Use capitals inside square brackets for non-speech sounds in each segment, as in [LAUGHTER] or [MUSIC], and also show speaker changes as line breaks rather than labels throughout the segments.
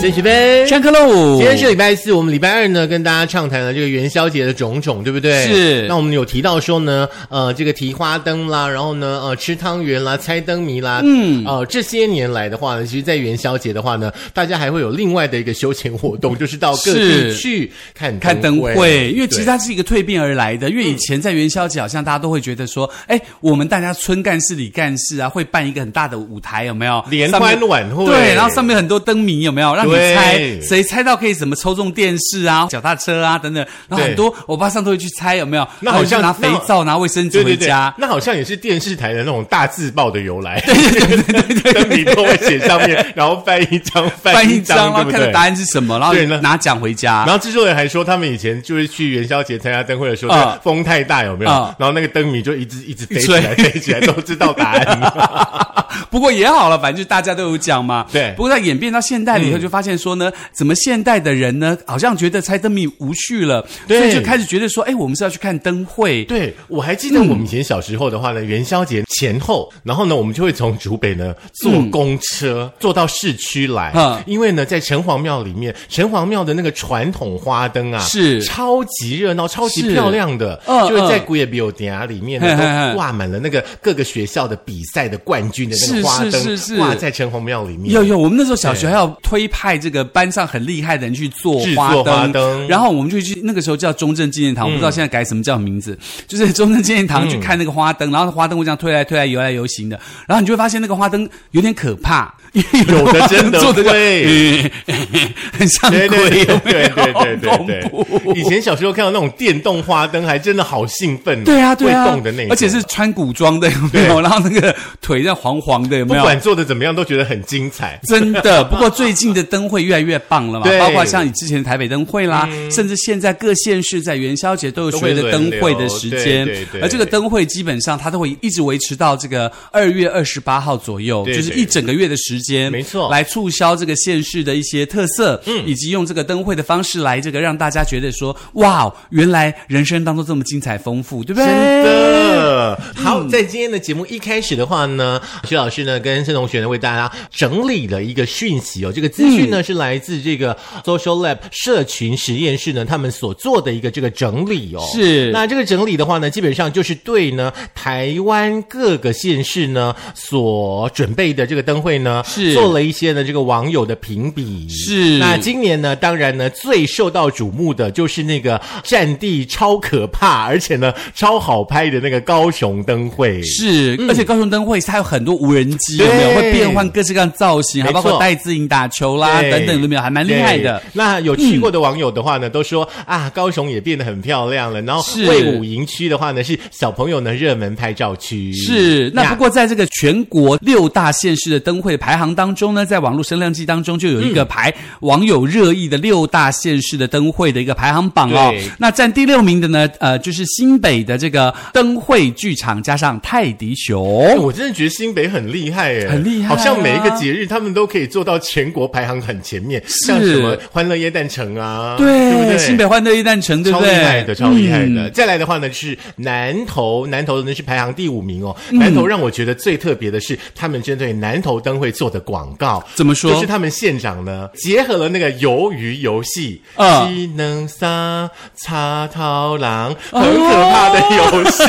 谢谢呗。
上课喽！
哎今天是礼拜四，我们礼拜二呢，跟大家畅谈了这个元宵节的种种，对不对？
是
那我们有提到说呢，呃，这个提花灯啦，然后呢，呃，吃汤圆啦，猜灯谜啦，嗯，呃，这些年来的话呢，其实，在元宵节的话呢，大家还会有另外的一个休闲活动，就是到各地
是
去看
看灯会，因为其实
对
它是一个蜕变而来的。因为以前在元宵节，好像大家都会觉得说，哎，我们大家村干事、里干事啊，会办一个很大的舞台，有没有？
联
上面
欢晚会
对，然后上面很多灯谜，有没有？让你
对
猜，谁猜到可以什么抽中电视啊、脚踏车啊等等。然后很多欧巴桑都会去猜，有没有？
那好像
然后就拿肥皂、拿卫生纸
对
回
对对
家，。
那好像也是电视台的那种大字报的由来，对对对对，灯谜都会写上面，然后翻一张
翻一
张，对
张，然
不
后
对？
看答案是什么，然后
对那
拿奖回家。
然后制作人还说，他们以前就是去元宵节参加灯会的时候，
啊
那个风太大有没有？
啊
然后那个灯谜就一直一直飞
一
起来，
吹
飞起来，都知道答
[LAUGHS]
案了。
不过也好了，反正就大家都有讲嘛。
对嗯
不过在演变到现代了以后，就发现说呢，怎么现代的人呢，好像觉得猜灯谜无趣了，
对
所以就开始觉得说，哎，我们是要去看灯会。
对，我还记得我们以前小时候的话呢，元宵节前后，然后呢，我们就会从竹北呢坐公车、坐到市区来
嗯，
因为呢，在城隍庙里面，城隍庙的那个传统花灯啊，
是
超级热闹、超级
是
漂亮的，
嗯
就是在
嗯
古野比有嗲里面
嘿
呢，
嘿嘿
都挂满了那个各个学校的比赛的冠军的那个
是
花
[LAUGHS] 是
灯
是，是
挂在城隍庙里面。
有有，我们那时候小学还要推派这个班上很厉害的人去做
制
花
作
灯，
花灯
然后我们就去那个时候叫中正纪念堂，我不知道现在改什么叫名字，
嗯
就是中正纪念堂去看那个花灯，然后花灯会这样推来推来游来游行的，然后你就会发现那个花灯有点可怕，因为
[LAUGHS] 有的
花灯
真
[LAUGHS]
的
做得就
会，
[LAUGHS] 很像
对
鬼，
对对对
有没有
对
[LAUGHS] 好恐
对
怖
对，以前小时候看到那种电动花灯，还真的好兴奋哦。
对啊，对啊，
会动的那一种，
而且是穿古装的，有没有？然后那个腿在黄黄的，有
不
没有？
管做的怎么样，都觉得很精 [LAUGHS] 彩。
真的，不过最近的灯会越来越棒了嘛
对，嗯
包括像你之前的台北灯会啦，甚至现在各县市在元宵节都有所谓的灯会的时间
都会轮流对对，对
而这个灯会基本上它都会一直维持到这个二月二十八号左右，
对
就是一整个月的时间，
没错嗯
来促销这个县市的一些特色，以及用这个灯会的方式来这个让大家觉得说，哇，原来人生当中这么精彩丰富，对不对？
真的好，在今天的节目一开始的话呢，徐老师呢跟盛同学呢为大家整理了一个讯息哦，这个资讯
嗯
呢是来自这个 Social Lab 社群实验室呢他们所做的一个这个整理哦。
是
那这个整理的话呢，基本上就是对呢台湾各个县市呢所准备的这个灯会呢，
是
做了一些呢这个网友的评比。
是
那今年呢，当然呢，最受到瞩目的就是那个战地超可怕，而且呢超好拍的那个高雄灯会。
是，而且高雄灯会它有很多无人机，有没有
嗯对
会变换各式各样的造型，还
没错
包括带字影打球啦
对
等等，有没有还蛮厉害的嗯
对。那有去过的网友的话呢，都说啊，高雄也变得很漂亮了。然后
是
魏武营区的话呢，是小朋友呢热门拍照区。
是，那不过在这个全国六大县市的灯会排行当中呢，在网络声量计当中就有
嗯
一个排网友热议的六大县市的灯会的一个排行榜哦
对。
那占第六名的呢，呃，就是新北的这个灯会剧场加上泰迪
哎、
熊。
我真的觉得新北很厉害耶，
很厉害啊
好像每一个节日他们都可以做到全国排行很前面，像什么欢乐耶诞城啊，
对，
不对？
新北欢乐一诞城，对嗯
超
不
厉
对？
害的，超厉害的。再来的话呢，是南投，南投呢是排行第五名哦。南
嗯
投让我觉得最特别的是，他们针对南投灯会做的广告。
怎么说
就是他们县长呢，结合了那个鱿鱼游戏，
啊
技能杀插套狼，
哎
很可怕的游
[LAUGHS]
戏，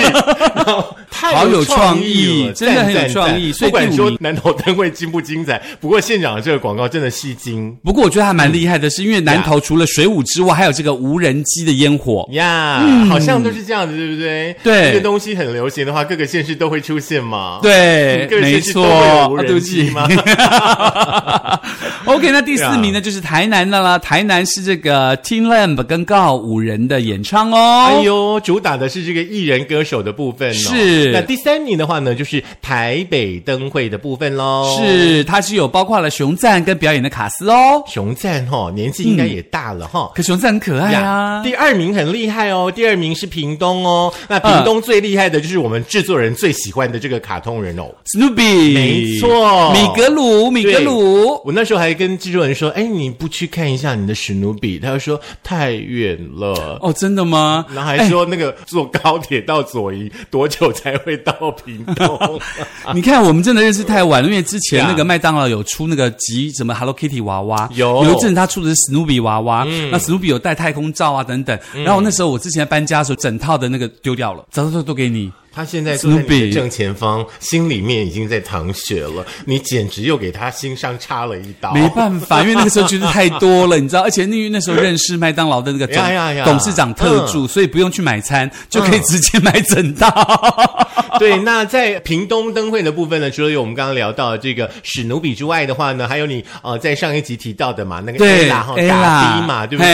然后太
好有
创
创意
了
真的很有
赞赞
创意
赞
所以
不管
第五
说
名
南投灯会精不精彩，不过县长的这个广告真的吸睛。
不过我觉得还蛮厉害的，是因为南投除了水舞之外，还有这个无人机的烟火。
呀、好像都是这样子，对不对？
嗯对
这个东西很流行的话，各个县市都会出现嘛。，
对
各，个
没
县市都
错，
会有无
啊对
人
不
机
起。
吗？
[LAUGHS] OK，那第四名呢，就是台南的啦。台南是这个 Teen Lamb 跟告五人的演唱哦。
哎呦，主打的是这个艺人歌手的部分哦。
是
那第三名的话呢，就是台北灯会的部分喽。。
是它是有包括了熊赞跟表演的卡斯哦。
熊赞哈、哦，年纪应该也大了哈、
可熊赞很可爱啊。
第二名很厉害哦，第二名是屏东哦。那
嗯
屏东最厉害的就是我们制作人最喜欢的这个卡通人偶。
Snoopy，
没错
米格鲁，米格鲁。
我那时候还跟制作人说：“哎，你不去看一下你的史努比？”他就说：“太远了。”
哦，真的吗？
然后还说那个坐高铁到左营多久才才会到屏东。
[LAUGHS]
[LAUGHS]
你看，我们真的认识太晚了，因为之前
Yeah
那个麦当劳有出那个集什么 Hello Kitty 娃娃，
有嗯
有一阵他出的是史努比娃娃，那史努比有戴太空罩啊等等。然后那时候我之前搬家的时候，整套的那个丢掉了，早知道都给你。
他现在坐在你的正前方，心里面已经在淌血了。你简直又给他心上插了一刀。
没办
[LAUGHS]
法，因为那个时候觉得太多了，你知道，而且那因为那时候认识麦当劳的那个董
[LAUGHS] 呀呀呀嗯
董事长特助，所以不用去买餐，就可以直接买整套。
[LAUGHS] 对，那在屏东灯会的部分呢，除了有我们刚刚聊到的这个史努比之外的话呢，还有你呃在上一集提到的嘛，那个
对
A 啦哈
Ella
打 B 嘛，对不对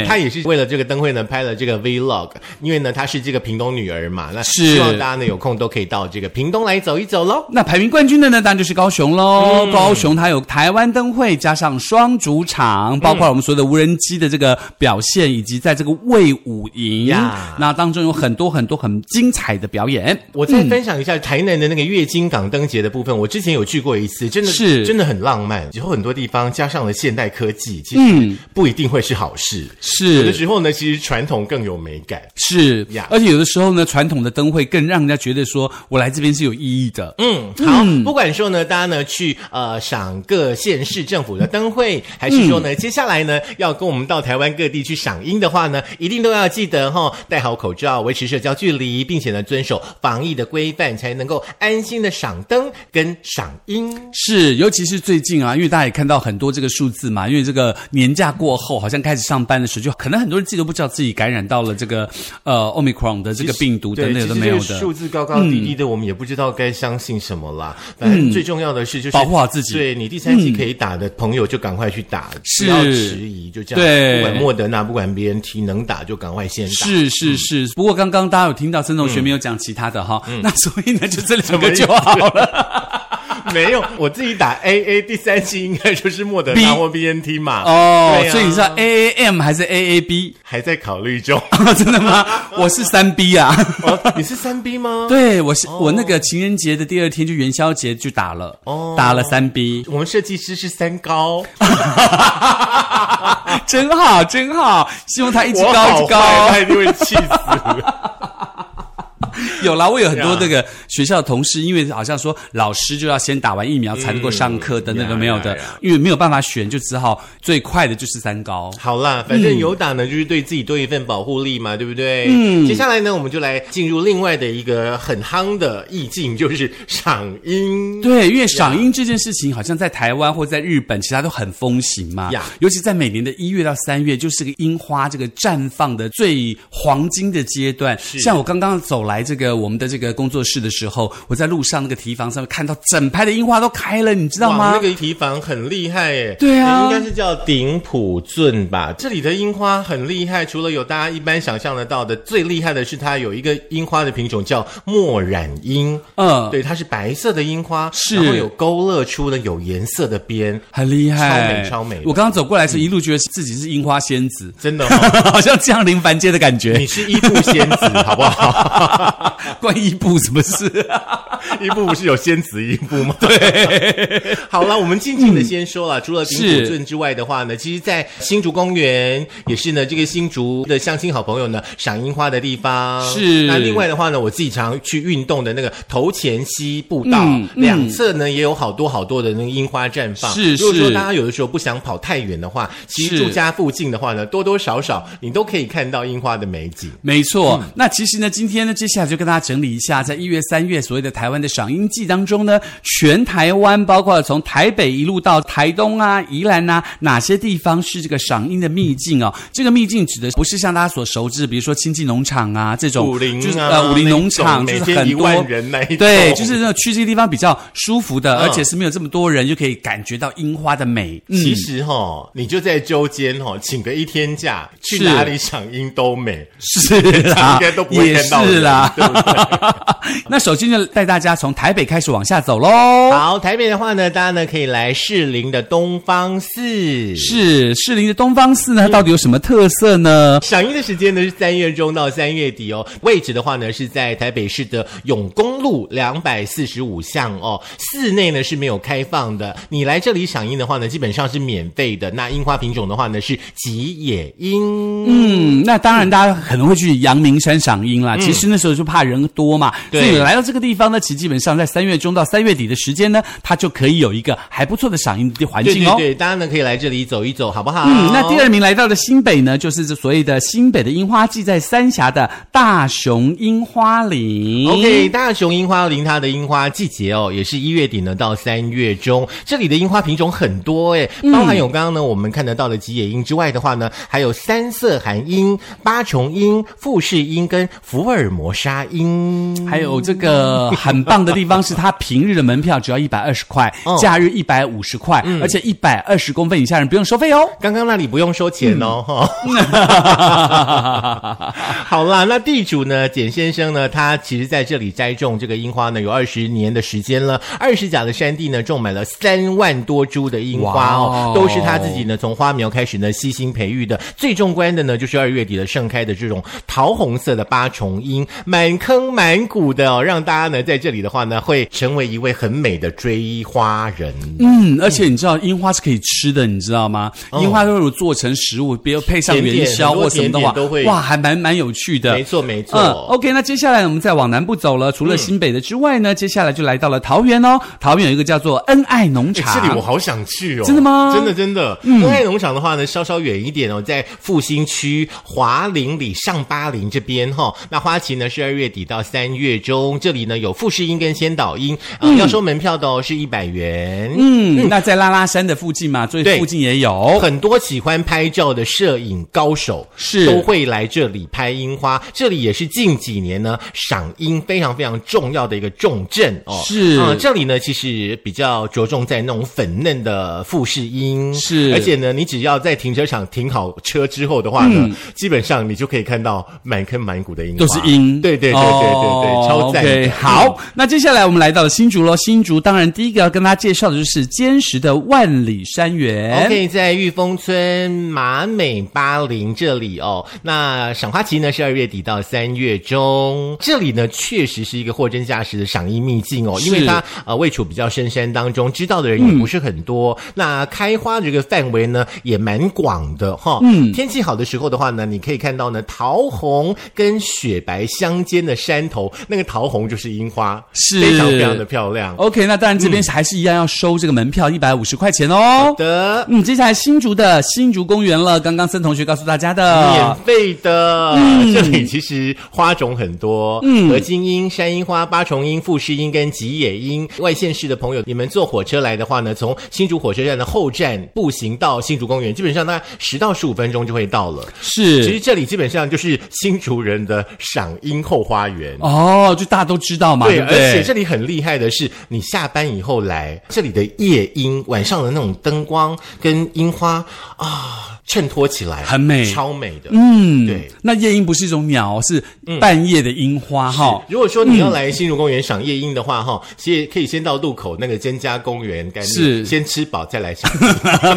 嘿？
他也是为了这个灯会呢拍了这个 Vlog，因为呢她是这个屏东女儿嘛，那
是
希望大家呢有空都可以到这个屏东来走一走喽。
那排名冠军的呢，当然就是高雄喽。
嗯
高雄它有台湾灯会，加上双主场，包括我们所有的无人机的这个表现，以及在这个魏武营
呀
那当中有很多很多很精彩的表演。
嗯我再分享一下台南的那个月经港灯节的部分，我之前有去过一次，真的
是
真的很浪漫。以后很多地方加上了现代科技，其实不一定会嗯是好事。有的
是
时候呢，其实传统更有美感。
是
呀，
而且有的时候呢，传统的灯会更让人家觉得说我来这边是有意义的。
嗯，好，不管说呢，大家呢去呃赏各县市政府的灯会，还是说呢，接下来呢要跟我们到台湾各地去赏樱的话呢，一定都要记得哈、戴好口罩，维持社交距离，并且呢遵守防疫的规范，才能够安心的赏灯跟赏樱。
是，尤其是最近啊，因为大家也看到很多这个数字嘛，因为这个年假过后，好像开始上班的时候，就可能很多人自己都不知道自己感染到了这个呃 omicron 的这个病毒等
对，
等有
其
的
实
没
这
有
个数
的。
字高高低低的，我们也不知道该相信什么啦。反正最重要的是，就是
嗯保护好自己嗯
对你第三季可以打的朋友，就赶快去打，
是
不要迟疑，就这样。
对
不管莫德纳，不管 BNT，能打就赶快先打。
是是
嗯
是，不过刚刚大家有听到曾同学没有讲其他的哈，
嗯
那所以呢就这两个就好了。
没有，我自己打 AA 第三期应该就是莫德纳
B
或 BNT 嘛。
哦，
对啊
所以你是 A A M 还是 A A B？ [LAUGHS]
还在考虑中。
真的
[LAUGHS]
吗？我是三 B 啊。
哦 [LAUGHS] 你是三 B 吗？。
[LAUGHS] 对，我是、我那个情人节的第二天就元宵节就打了，
哦
打了三 B，
我们设计师是三高，
啊真好真好，希望他一直
我
高一
好
直
坏
高。
他一定会气死。
有啦，我有很多
[LAUGHS] 呀
那个学校同事，因为好像说老师就要先打完疫苗才能够上课等等
嗯呀
都没有
呀
的
呀，
因为没有办法选，就只好最快的就是三高。
好啦，
嗯
反正有打呢，就是对自己多一份保护力嘛，对不对？嗯。接下来呢，我们就来进入另外的一个很夯的意境，就是赏樱。
对，因为赏樱这件事情，好像在台湾或在日本，其他都很风行嘛
呀。
尤其在每年的一月到三月，就是个樱花这个绽放的最黄金的阶段。像我刚刚走来这个我们的这个工作室的时候，我在路上那个提防上面看到整排的樱花都开了，你知道
哇
吗？
那个提防很厉害耶！
对啊
应该是叫顶普圳吧。这里的樱花很厉害，除了有大家一般想象得到的，最厉害的是它有一个樱花的品种叫墨染樱。
嗯，
对，它是白色的樱花，
是
然后有勾勒出了有颜色的边，
很厉害，
超美超美的嗯
我刚刚走过来的时候，一路觉得自己是樱花仙子， [LAUGHS]
真的、哦，
好像降临凡间的感觉
你， [LAUGHS] 是伊布仙子，好不好？
关伊布什么事？
[LAUGHS] 伊布不是有仙子伊布吗？对， [LAUGHS] 好了，我们静静的先说
嗯
了，除了顶古镇之外的话呢，其实，在新竹公园也是呢，这个新竹的相亲好朋友呢，赏樱花的地方
是
那另外的话呢，我自己常去运动的那个头前溪步道、
嗯嗯
两侧呢，也有好多好多的那个樱花绽放。
是
如果说
是
大家有的时候不想跑太远的话，其实
是
住家附近的话呢，多多少少你都可以看到樱花的美景。
没错，那其实呢，今天呢，接下来就跟大家整理一下，在一月、三月所谓的台湾的赏樱季当中呢，全台湾包括了从台北一路到台东啊、宜兰啊，哪些地方是这个赏樱的秘境哦？这个秘境指的不是像大家所熟知，比如说亲近农场啊这种，
武林啊
就是呃武林农场，
那
就
种
是
[LAUGHS] 每天
很
一
多
万人那一种
对，就是那种去这个地方比较舒服的，
嗯
而且是没有这么多人，就可以感觉到樱花的美。嗯
其实哈、你就在周间哈、请个一天假，去
是
哪里赏樱都美。
是
应
啦，
该都不会
也
看到人
是啦
对不。
[LAUGHS] 那首先就带大家从台北开始往下走喽。
好，台北的话呢，大家呢可以来士林的东方寺。
是士林的东方寺
嗯
呢，它到底有什么特色呢？
赏樱的时间呢是三月中到三月底哦，位置的话呢是在台北市的永公路两百四十五巷哦，寺内呢是没有开放的。你来这里赏樱的话呢，基本上是免费的。那樱花品种的话呢是吉野樱。
嗯
嗯
嗯，那当然，大家可能会去阳明山赏樱啦。其实那时候就怕人多嘛，
对
所以来到这个地方呢，其实基本上在三月中到三月底的时间呢，它就可以有一个还不错的赏樱的环
对
境
对
哦。
对，大家呢可以来这里走一走，好不好？
嗯，那第二名来到了新北呢，就是这所谓的新北的樱花季，在三峡的大熊樱花林。
OK，大熊樱花林它的樱花季节哦，也是一月底呢到三月中，这里的樱花品种很多诶，包含有刚刚呢我们看得到的吉野樱之外的话呢，还有三色寒樱、八重樱、富士樱跟福尔摩沙樱。
还有这
嗯
个很棒的地方是，它平日的门票只要一百二十块
嗯，
假日一百五十块，而且一百二十公分以下人不用收费哦。
刚刚那里不用收钱哦，哈、
嗯 [LAUGHS]
好啦，那地主呢，简先生呢，他其实在这里栽种这个樱花呢，有二十年的时间了。二十甲的山地呢，种满了三万多株的樱花
哇
哦
哦，
都是他自己呢从花苗开始呢悉心培育的。最壮观的呢，就是二月底的盛开的这种桃红色的八重樱，满坑满谷的哦，让大家呢在这里的话呢，会成为一位很美的追花人。
嗯，而且你知道樱花是可以吃的，你知道吗？樱花如果做成食物，比如配上
甜点
元宵
很多
或什么的
嗯甜点都会
话，哇，还蛮蛮有趣的。
没错，嗯没错。
嗯，OK，那接下来我们再往南部走了，除了新北的之外呢，接下来就来到了桃园哦。桃园有一个叫做恩爱农
欸
场，
这里我好想去哦！
真的吗嗯
真的真的。恩爱农场的话呢，稍稍远一点哦，在复兴区华林里上巴林这边哈、那花期呢是二月底到三月中，这里呢有富士樱跟仙岛樱，啊、要收门票的哦，是一百元。
嗯，那在拉拉山的附近嘛，所
对
以附近也有。
很多喜欢拍照的摄影高手
是
都会来这里拍樱花，这里也是近几年呢赏樱非常非常重要的一个重镇哦。
是
嗯这里呢其实比较着重在那种粉嫩的富士樱，
是
而且呢，你只要在停车场停好车之后的话呢，基本上你就可以看到满坑满谷的樱花，
嗯都是樱，
对对对对对对，
哦
超赞的。
OK，好，那接下来我们来到了新竹喽。新竹当然第一个要跟大家介绍的就是坚实的万里山园。
OK，在玉峰村马美巴林这里哦，那赏花期呢是二月底到三月中，这里呢确实是一个货真价实的赏樱秘境哦，因为
是嗯
它呃位处比较深山当中，知道的人也不是很多，那开花这个范围呢也蛮广的哈、嗯，天气好的时候的话呢，你可以看到呢桃红跟雪白相间的山头，那个桃红就是樱花，
是哦
非常非常的漂亮。
OK，那当然这边还是一样要收这个门票一百五十块钱哦。
的。
嗯，接下来新竹的新竹公园了，刚刚森同学告诉大家
免
的。
费的，
嗯
这里其实花种很多，和金樱、山樱花、八重樱、富士樱跟吉野樱。外县市的朋友，你们坐火车来的话呢，从新竹火车站的后站步行到新竹公园，基本上大概十到十五分钟就会到了。其
是
实这里基本上就是新竹人的赏樱后花园。
哦，就大家都知道嘛，
对，
不
而
对？
且这里很厉害的是，你下班以后来这里的夜樱，晚上的那种灯光跟樱花啊，衬托起来
很美
超美的。嗯，对。
那夜莺不是一种鸟，是半夜的樱花哈。
如果说你要来新竹公园赏夜莺的话，哈、先可以先到路口那个蒹葭公园干面，
是
先吃饱再来 [LAUGHS] 赏。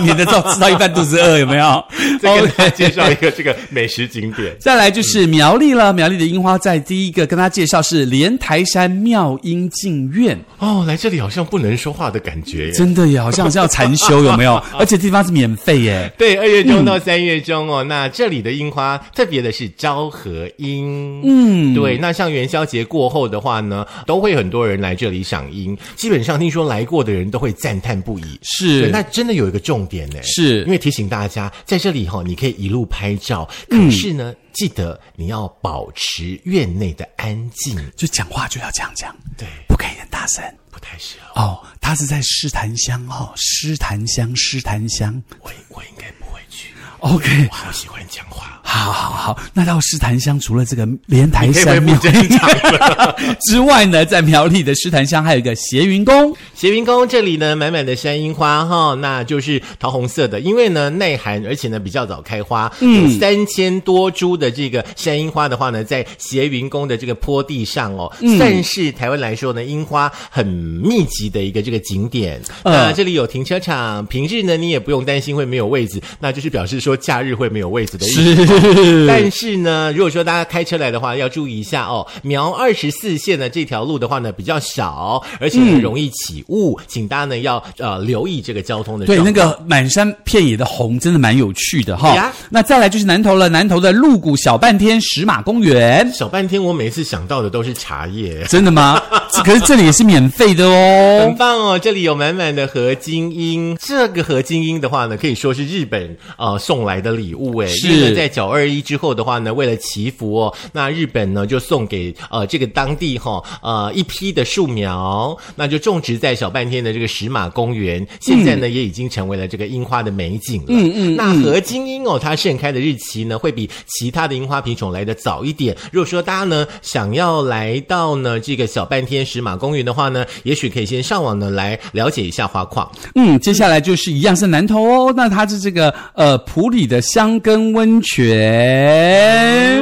免得到吃到一半肚子饿，有没有哦
再跟大家介绍一个这个美食景点。
再来就是苗栗了，苗栗的樱花在第一个跟大家介绍是莲台山妙音静院，
[LAUGHS] 哦，来这里好像不能说话的感觉耶。
真的耶，好像是要禅修有没
[LAUGHS]
有？而且地方是免费耶。
对，二月中到三月中哦，那这里的樱花特别的是昭和樱，嗯，对。那像元宵节过后的话呢，都会很多人来这里赏樱，基本上听说来过的人都会赞叹不已。对，
是
那真的有一个重点呢，
是
因为提醒大家，在这里哈、你可以一路拍照，可是呢，记得你要保持院内的安静，
就讲话就要这样讲，
对，
不可以很大声
不太适合。
哦。它是在狮潭乡哦，狮潭乡，狮潭乡。
我我应该不会去，
OK，
我好喜欢讲话。
好好好，那到狮潭乡除了这个莲台
你可以
山
恢
庙
复正常
[LAUGHS] 之外呢，在苗栗的狮潭乡还有一个斜云宫。
斜云宫这里呢，满满的山樱花哈、那就是桃红色的，因为呢耐寒，而且呢比较早开花，有三千多株的这个山樱花的话呢，在斜云宫的这个坡地上哦，算是台湾来说呢樱花很密集的一个这个景点。
嗯
那这里有停车场，平日呢你也不用担心会没有位置，那就是表示说假日会没有位置的意思。
是是
但是呢，如果说大家开车来的话，要注意一下哦。苗二十四线的这条路的话呢，比较少，而且呢容易起雾，请大家呢要呃留意这个交通的
对，
状
那
况。
个满山遍野的红真的蛮有趣的哈。
对啊
那再来就是南投了，南投的鹿谷小半天石马
[LAUGHS]
公园，
小半天，我每次想到的都是茶叶。
真的吗？这可是这里也是免费的哦
很。棒哦！这里有满满的合金樱，这个合金樱的话呢，可以说是日本呃送来的礼物哎。
是
因为呢在九二一之后的话呢，为了祈福哦，那日本呢就送给呃这个当地哈、呃一批的树苗，那就种植在小半天的这个石马公园。现在呢、也已经成为了这个樱花的美景了。嗯嗯。那合金樱哦，它盛开的日期呢会比其他的樱花品种来的早一点。如果说大家呢想要来到呢这个小半天石马公园的话呢，也许可以先上网呢来了解一下花况。
嗯，接下来就是一样是南投哦，那它是这个呃普里的香根温泉。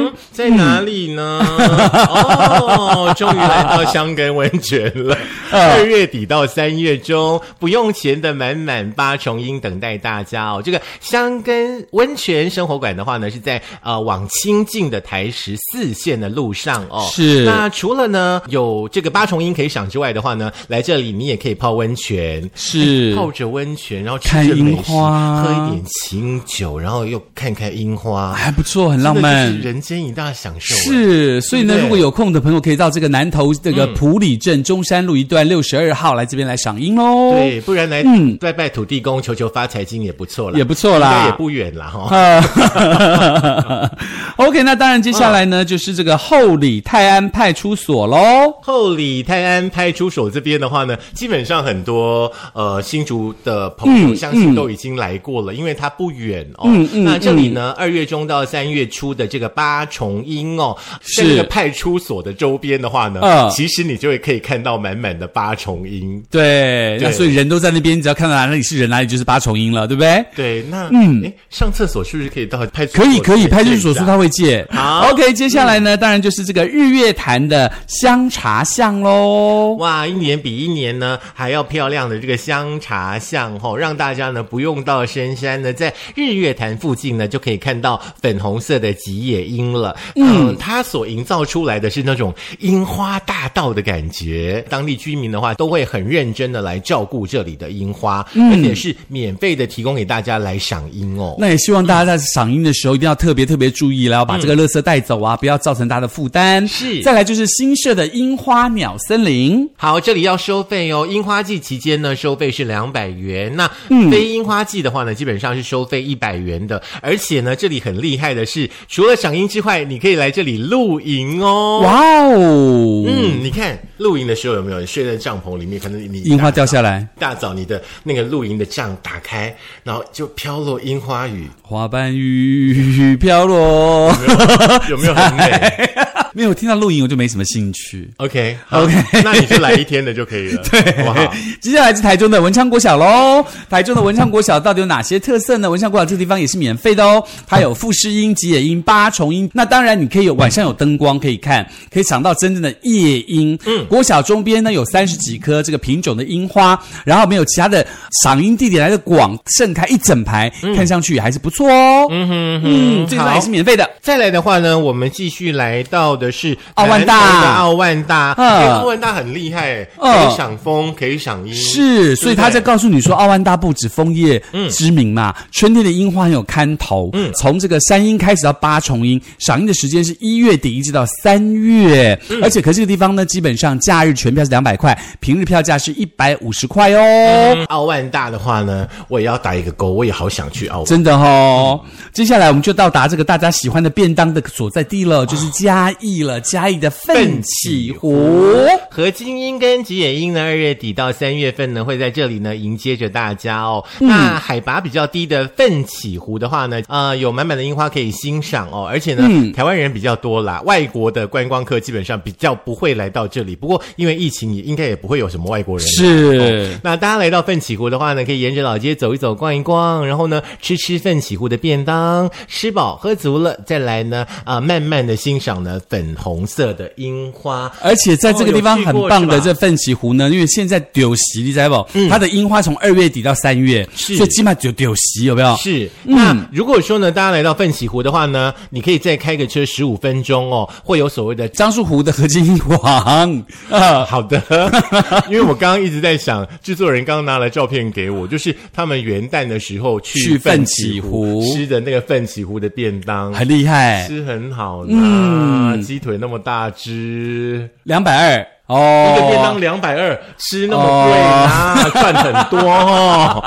嗯，在哪里呢？
[LAUGHS]
哦，终于来到香根温泉
[LAUGHS]
了。
嗯
二月底到三月中，不用钱的满满八重樱等待大家哦。这个香根温泉生活馆的话呢，是在呃往清境的台十四线的路上哦。
是
那除了呢有这个八重樱可以赏之外的话呢，来这里你也可以泡温泉。
是
泡着温泉，然后吃
看
着美
樱
食，
花
喝一点清酒，然后又看看樱花，
还哎不错，很浪漫
真的就是。人间一大享受。，啊
是，所以呢，
对
如果有空的朋友，可以到这个南投这
嗯
个普里镇中山路一段六十二号来这边来赏樱哦喽。，
对，不然来
嗯
拜拜土地公，求求发财金也不错啦，
也不错啦
应该也不远啦哈。
呃 [LAUGHS] ，OK，那当然，接下来
嗯
呢、就是这个后里泰安派出所喽。
后里泰安派出所这边的话呢，基本上很多呃新竹的朋友
嗯
相信都已经来过了，因为它不远哦。那这里呢，二月中到三月初的这个八重樱哦，在
是
这个派出所的周边的话呢，
嗯
其实你就会可以看到满满的八重樱。
对，那
对
所以人都在那边，你只要看到哪里是人，哪里就是八重樱了，对不对？
对，那嗯，哎，上厕所是不是可以到派出所
可
去借
以
一下？
可以，派出所说他会借。
好
OK，接下来呢，当然就是这个日月潭的香茶巷喽。
哇，一年比一年呢还要漂亮的这个香茶巷吼、让大家呢不用到深山呢，在日月潭附近呢就可以看到粉红色的吉野樱了。嗯，它所营造出来的是那种樱花大道的感觉。当地居民的话都会很认真的来照顾这里的樱花，而且是免费的提供给大家来赏樱哦。
那也希望大家在赏樱的时候一定要特别特别注意啦，然后把这个垃圾带走啊，不要造成大家的负担。
嗯是
再来就是新设的樱花鸟森林，
好，这里要收费哦。樱花季期间呢，收费是两百元。那
嗯
非樱花季的话呢，基本上是收费一百元的。而且呢，这里很厉害的是，除了赏樱之外，你可以来这里露营哦。
哇哦，
嗯，你看露营的时候有没有人睡在帐篷里面？可能你
樱花掉下来，
大早你的那个露营的帐打开，然后就飘落樱花雨，
花瓣雨飘 [LAUGHS] 落。啊
有没有很美
[LAUGHS] 没有听到录音，我就没什么兴趣。
？OK OK，那你就来一天的就可以
[LAUGHS]
了，对，好不好？
接下来是台中的文昌国小喽。台中的文昌国小到底有哪些特色呢？文昌国小这个地方也是免费的哦，它有富士樱、吉野樱、八重樱。那当然，你可以有晚上有灯光可以看，可以赏到真正的夜樱。嗯，国小周边呢有三十几棵这个品种的樱花，然后没有其他的赏樱地点来的广，盛开一整排，看上去也还是不错哦。嗯哼嗯，这个地方也是免费的。
再来的话呢，我们继续来到的是
奥万大
南投的奥万大，
嗯
哎奥万大很厉害，
嗯
可以赏枫，可以赏樱，
是，所以他在告诉你说，奥万大不止枫叶知名嘛，春天的樱花很有看头。嗯，从这个山樱开始到八重樱，赏樱的时间是一月底一直到三月，而且可这个地方呢，基本上假日全票是两百块，平日票价是一百五十块哦。
嗯奥万大的话呢，我也要打一个勾，我也好想去奥万。
真的哦，接下来我们就到达这个大家喜欢的便当的所在地了，就是嘉义了。嘉义的奋起湖，
和金英跟吉野樱呢，二月底到三月份呢，会在这里呢迎接着大家哦。
嗯
那海拔比较低的奋起湖的话呢，呃，有满满的樱花可以欣赏哦。而且呢，
嗯
台湾人比较多啦，外国的观光客基本上比较不会来到这里。不过因为疫情，也应该也不会有什么外国人来
是
那大家来到奋起湖的话呢，可以沿着老街走一走、逛一逛，然后呢吃吃奋起湖的便当，吃饱喝足了，再来呢啊、慢慢的欣赏呢粉粉红色的樱花，
而且在这个地方很
哦
棒的这奋起湖呢，因为现在丢席你知道不？它的樱花从二月底到三月，
嗯是
所以起码就丢席有没有？
是，那如果说呢，大家来到奋起湖的话呢，你可以再开个车十五分钟哦，会有所谓的。
樟树湖的合金网啊，
好 [LAUGHS] 的，因为我刚刚一直在想，制作人刚刚拿了照片给我，就是他们元旦的时候
去
去
奋
奋
起
起
湖
湖吃的那个奋起湖的便当，
很厉害，
吃很好啦，
嗯
鸡腿那么大只，
两百二哦，
一个便当两百二，吃那么贵
[LAUGHS]
啦，赚很多哦。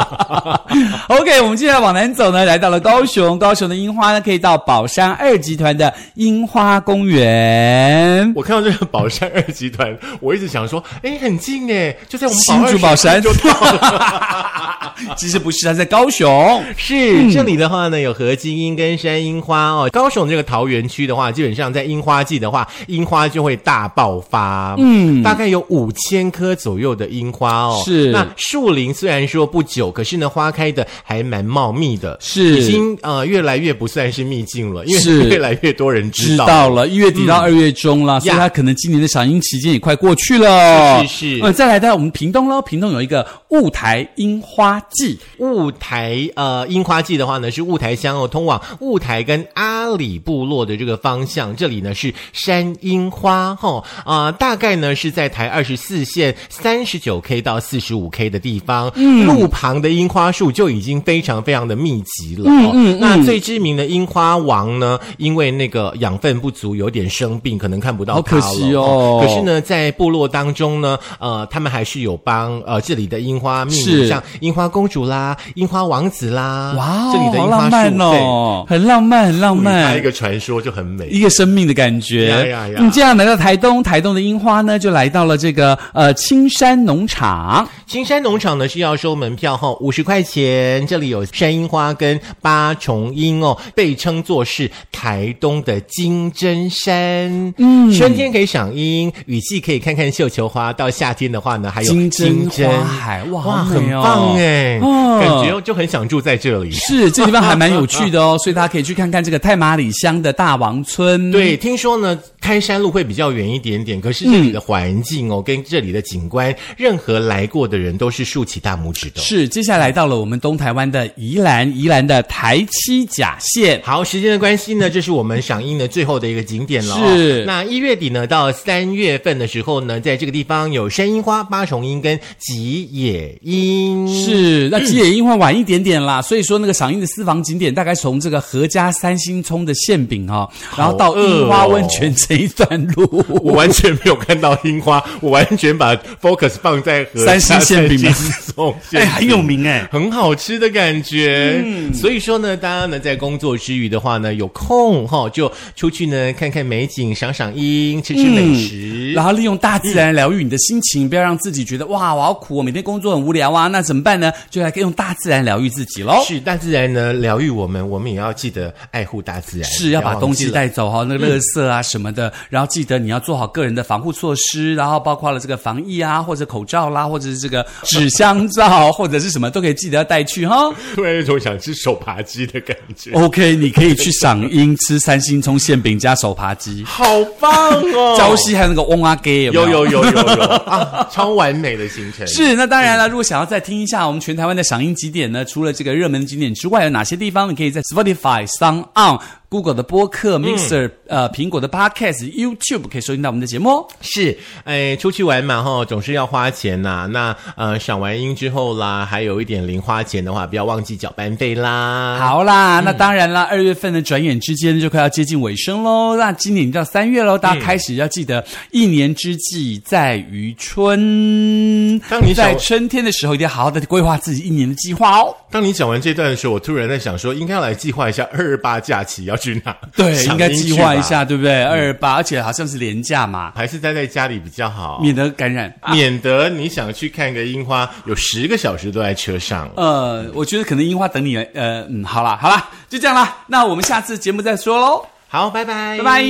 OK，我们接下来往南走呢，来到了高雄。高雄的樱花呢，可以到宝山二集团的樱花公园。
我看到这个宝山二集团，我一直想说，哎，很近哎，就在我们
新竹宝山
就到了。
[LAUGHS] 其实不是，它在高雄。嗯
是这里的话呢，有合金樱跟山樱花哦。高雄这个桃园区的话，基本上在樱花季的话，樱花就会大爆发，嗯，大概有五千棵左右的樱花哦。
是
那树龄虽然说不久，可是呢，花开的还蛮茂密的，
是
已经呃越来越不算是秘境了，因
是
为越来越多人
知
知道。嗯
道了，一月底到二月中啦，所以
呀
它可能今年的赏樱期间也快过去了。
是是是
呃，再来到我们屏东喽，屏东有一个雾台樱花季，
雾台呃樱花季的话呢，是雾台乡哦，通往雾台跟阿里部落的这个方向，这里呢是山樱花哈啊、大概呢是在台二十四线三十九 K 到四十五 K 的地方，
嗯
路旁的樱花树就已经非常非常的密集了、哦。
嗯嗯
那最知名的樱花王呢，因为那个养分不足，有点生病，可能看不到
好可
它了。
惜哦
哦可是呢，在部落当中呢，呃，他们还是有帮呃这里的樱花命
是
名像樱花公主啦、樱花王子啦，
哇
这里
哦，
的
好
樱
浪
花
漫
树
哦，很浪漫，很浪
对，它
漫
一。个传说就很美。
一个生命的感觉。
呀呀呀
嗯，这样来到台东，台东的樱花呢，就来到了这个呃青山农场。
青山农场呢是要收门票哈，五十块钱。这里有山樱花跟八重樱哦，被称作是台东的金针山。嗯，春天可以赏樱，雨季可以看看绣球花，到夏天的话呢，还有
金针
针
花海哇好
很
美哦
棒哎，
哦
感觉就很想住在这里。
是，这地方还蛮有趣的
[LAUGHS]
哦，所以大家可以去看看这个太马里乡的大王村。，
对，听说呢，开山路会比较远一点点，可是这里的环境
嗯
哦，跟这里的景观，任何来过的人都是竖起大拇指的哦。
是。接下来到了我们东台湾的宜兰，宜兰的台七甲线。
好，时间的关系呢，这是我们赏樱的最后的一个景点了、哦。
是
那一月底呢，到三月份的时候呢，在这个地方有山樱花、八重樱跟吉野樱。
是，那吉野樱会晚一点点啦，所以说那个赏樱的私房景点大概从这个合家三星葱的馅饼哦，然后到
好饿
樱花
哦
温泉这一段路。
我完全没有看到樱花，我完全把 focus 放在和
三星馅饼吗
三星粽馅饼
哎，很有名哎、
很好吃的感觉。
嗯
所以说呢，大家呢在工作之余的话呢，有空哈、就出去呢看看美景，赏赏樱，吃吃美食。
嗯然后利用大自然疗愈你的心情，不要让自己觉得哇，我好苦，我每天工作很无聊啊，那怎么办呢？就来用大自然疗愈自己喽。
是大自然呢疗愈我们，我们也要记得爱护大自然，
是要
不
把
忘
东
记
西
了
带走哈，那个垃圾啊什么的，然后记得你要做好个人的防护措施，然后包括了这个防疫啊，或者口罩啦，或者是这个纸箱罩，或者是什么都可以记得要带去哈。
[LAUGHS] 突然有种想吃手扒鸡的感觉。
OK，你可以去赏樱吃三星葱馅饼加手扒鸡，
好棒哦！
礁溪还有那个翁阿给有没
有有有有有啊， [LAUGHS] 超完美的行程。
是，那当然了。如果想要再听一下我们全台湾的赏樱景点呢，除了这个热门景点之外，有哪些地方你可以在 Spotify、s o n On、Google 的播客、Mixer、呃
嗯
苹果的 Podcast、YouTube 可以收听到我们的节目哦。
是，哎，出去玩嘛哈，总是要花钱呐、那呃，赏完樱之后啦，还有一点零花钱的话，不要忘记缴班费啦。。
嗯好啦，
嗯
那当然啦，二月份呢，转眼之间就快要接近尾声喽。那今年已经到三
嗯
月喽，大家开始要记得，一年之计在于春。
当你
在
想
春天的时候，一定要好好的规划自己一年的计划哦。
当你讲完这段的时候，我突然在想说，应该要来计划一下二二八假期要去哪？
对，应
赏
该
樱
计
去
划一
吧，嗯
下，对不对？二二八，而且好像是廉价嘛，
还是待在家里比较好，
免得感染。
哦免得你想去看个樱花，有十个小时都在车上。
呃，我觉得可能樱花等你了。呃，嗯，好啦，好啦，就这样啦。那我们下次节目再说喽，哦
好，拜拜，哎
拜拜。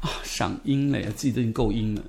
啊，赏樱了，自己都已经够阴了。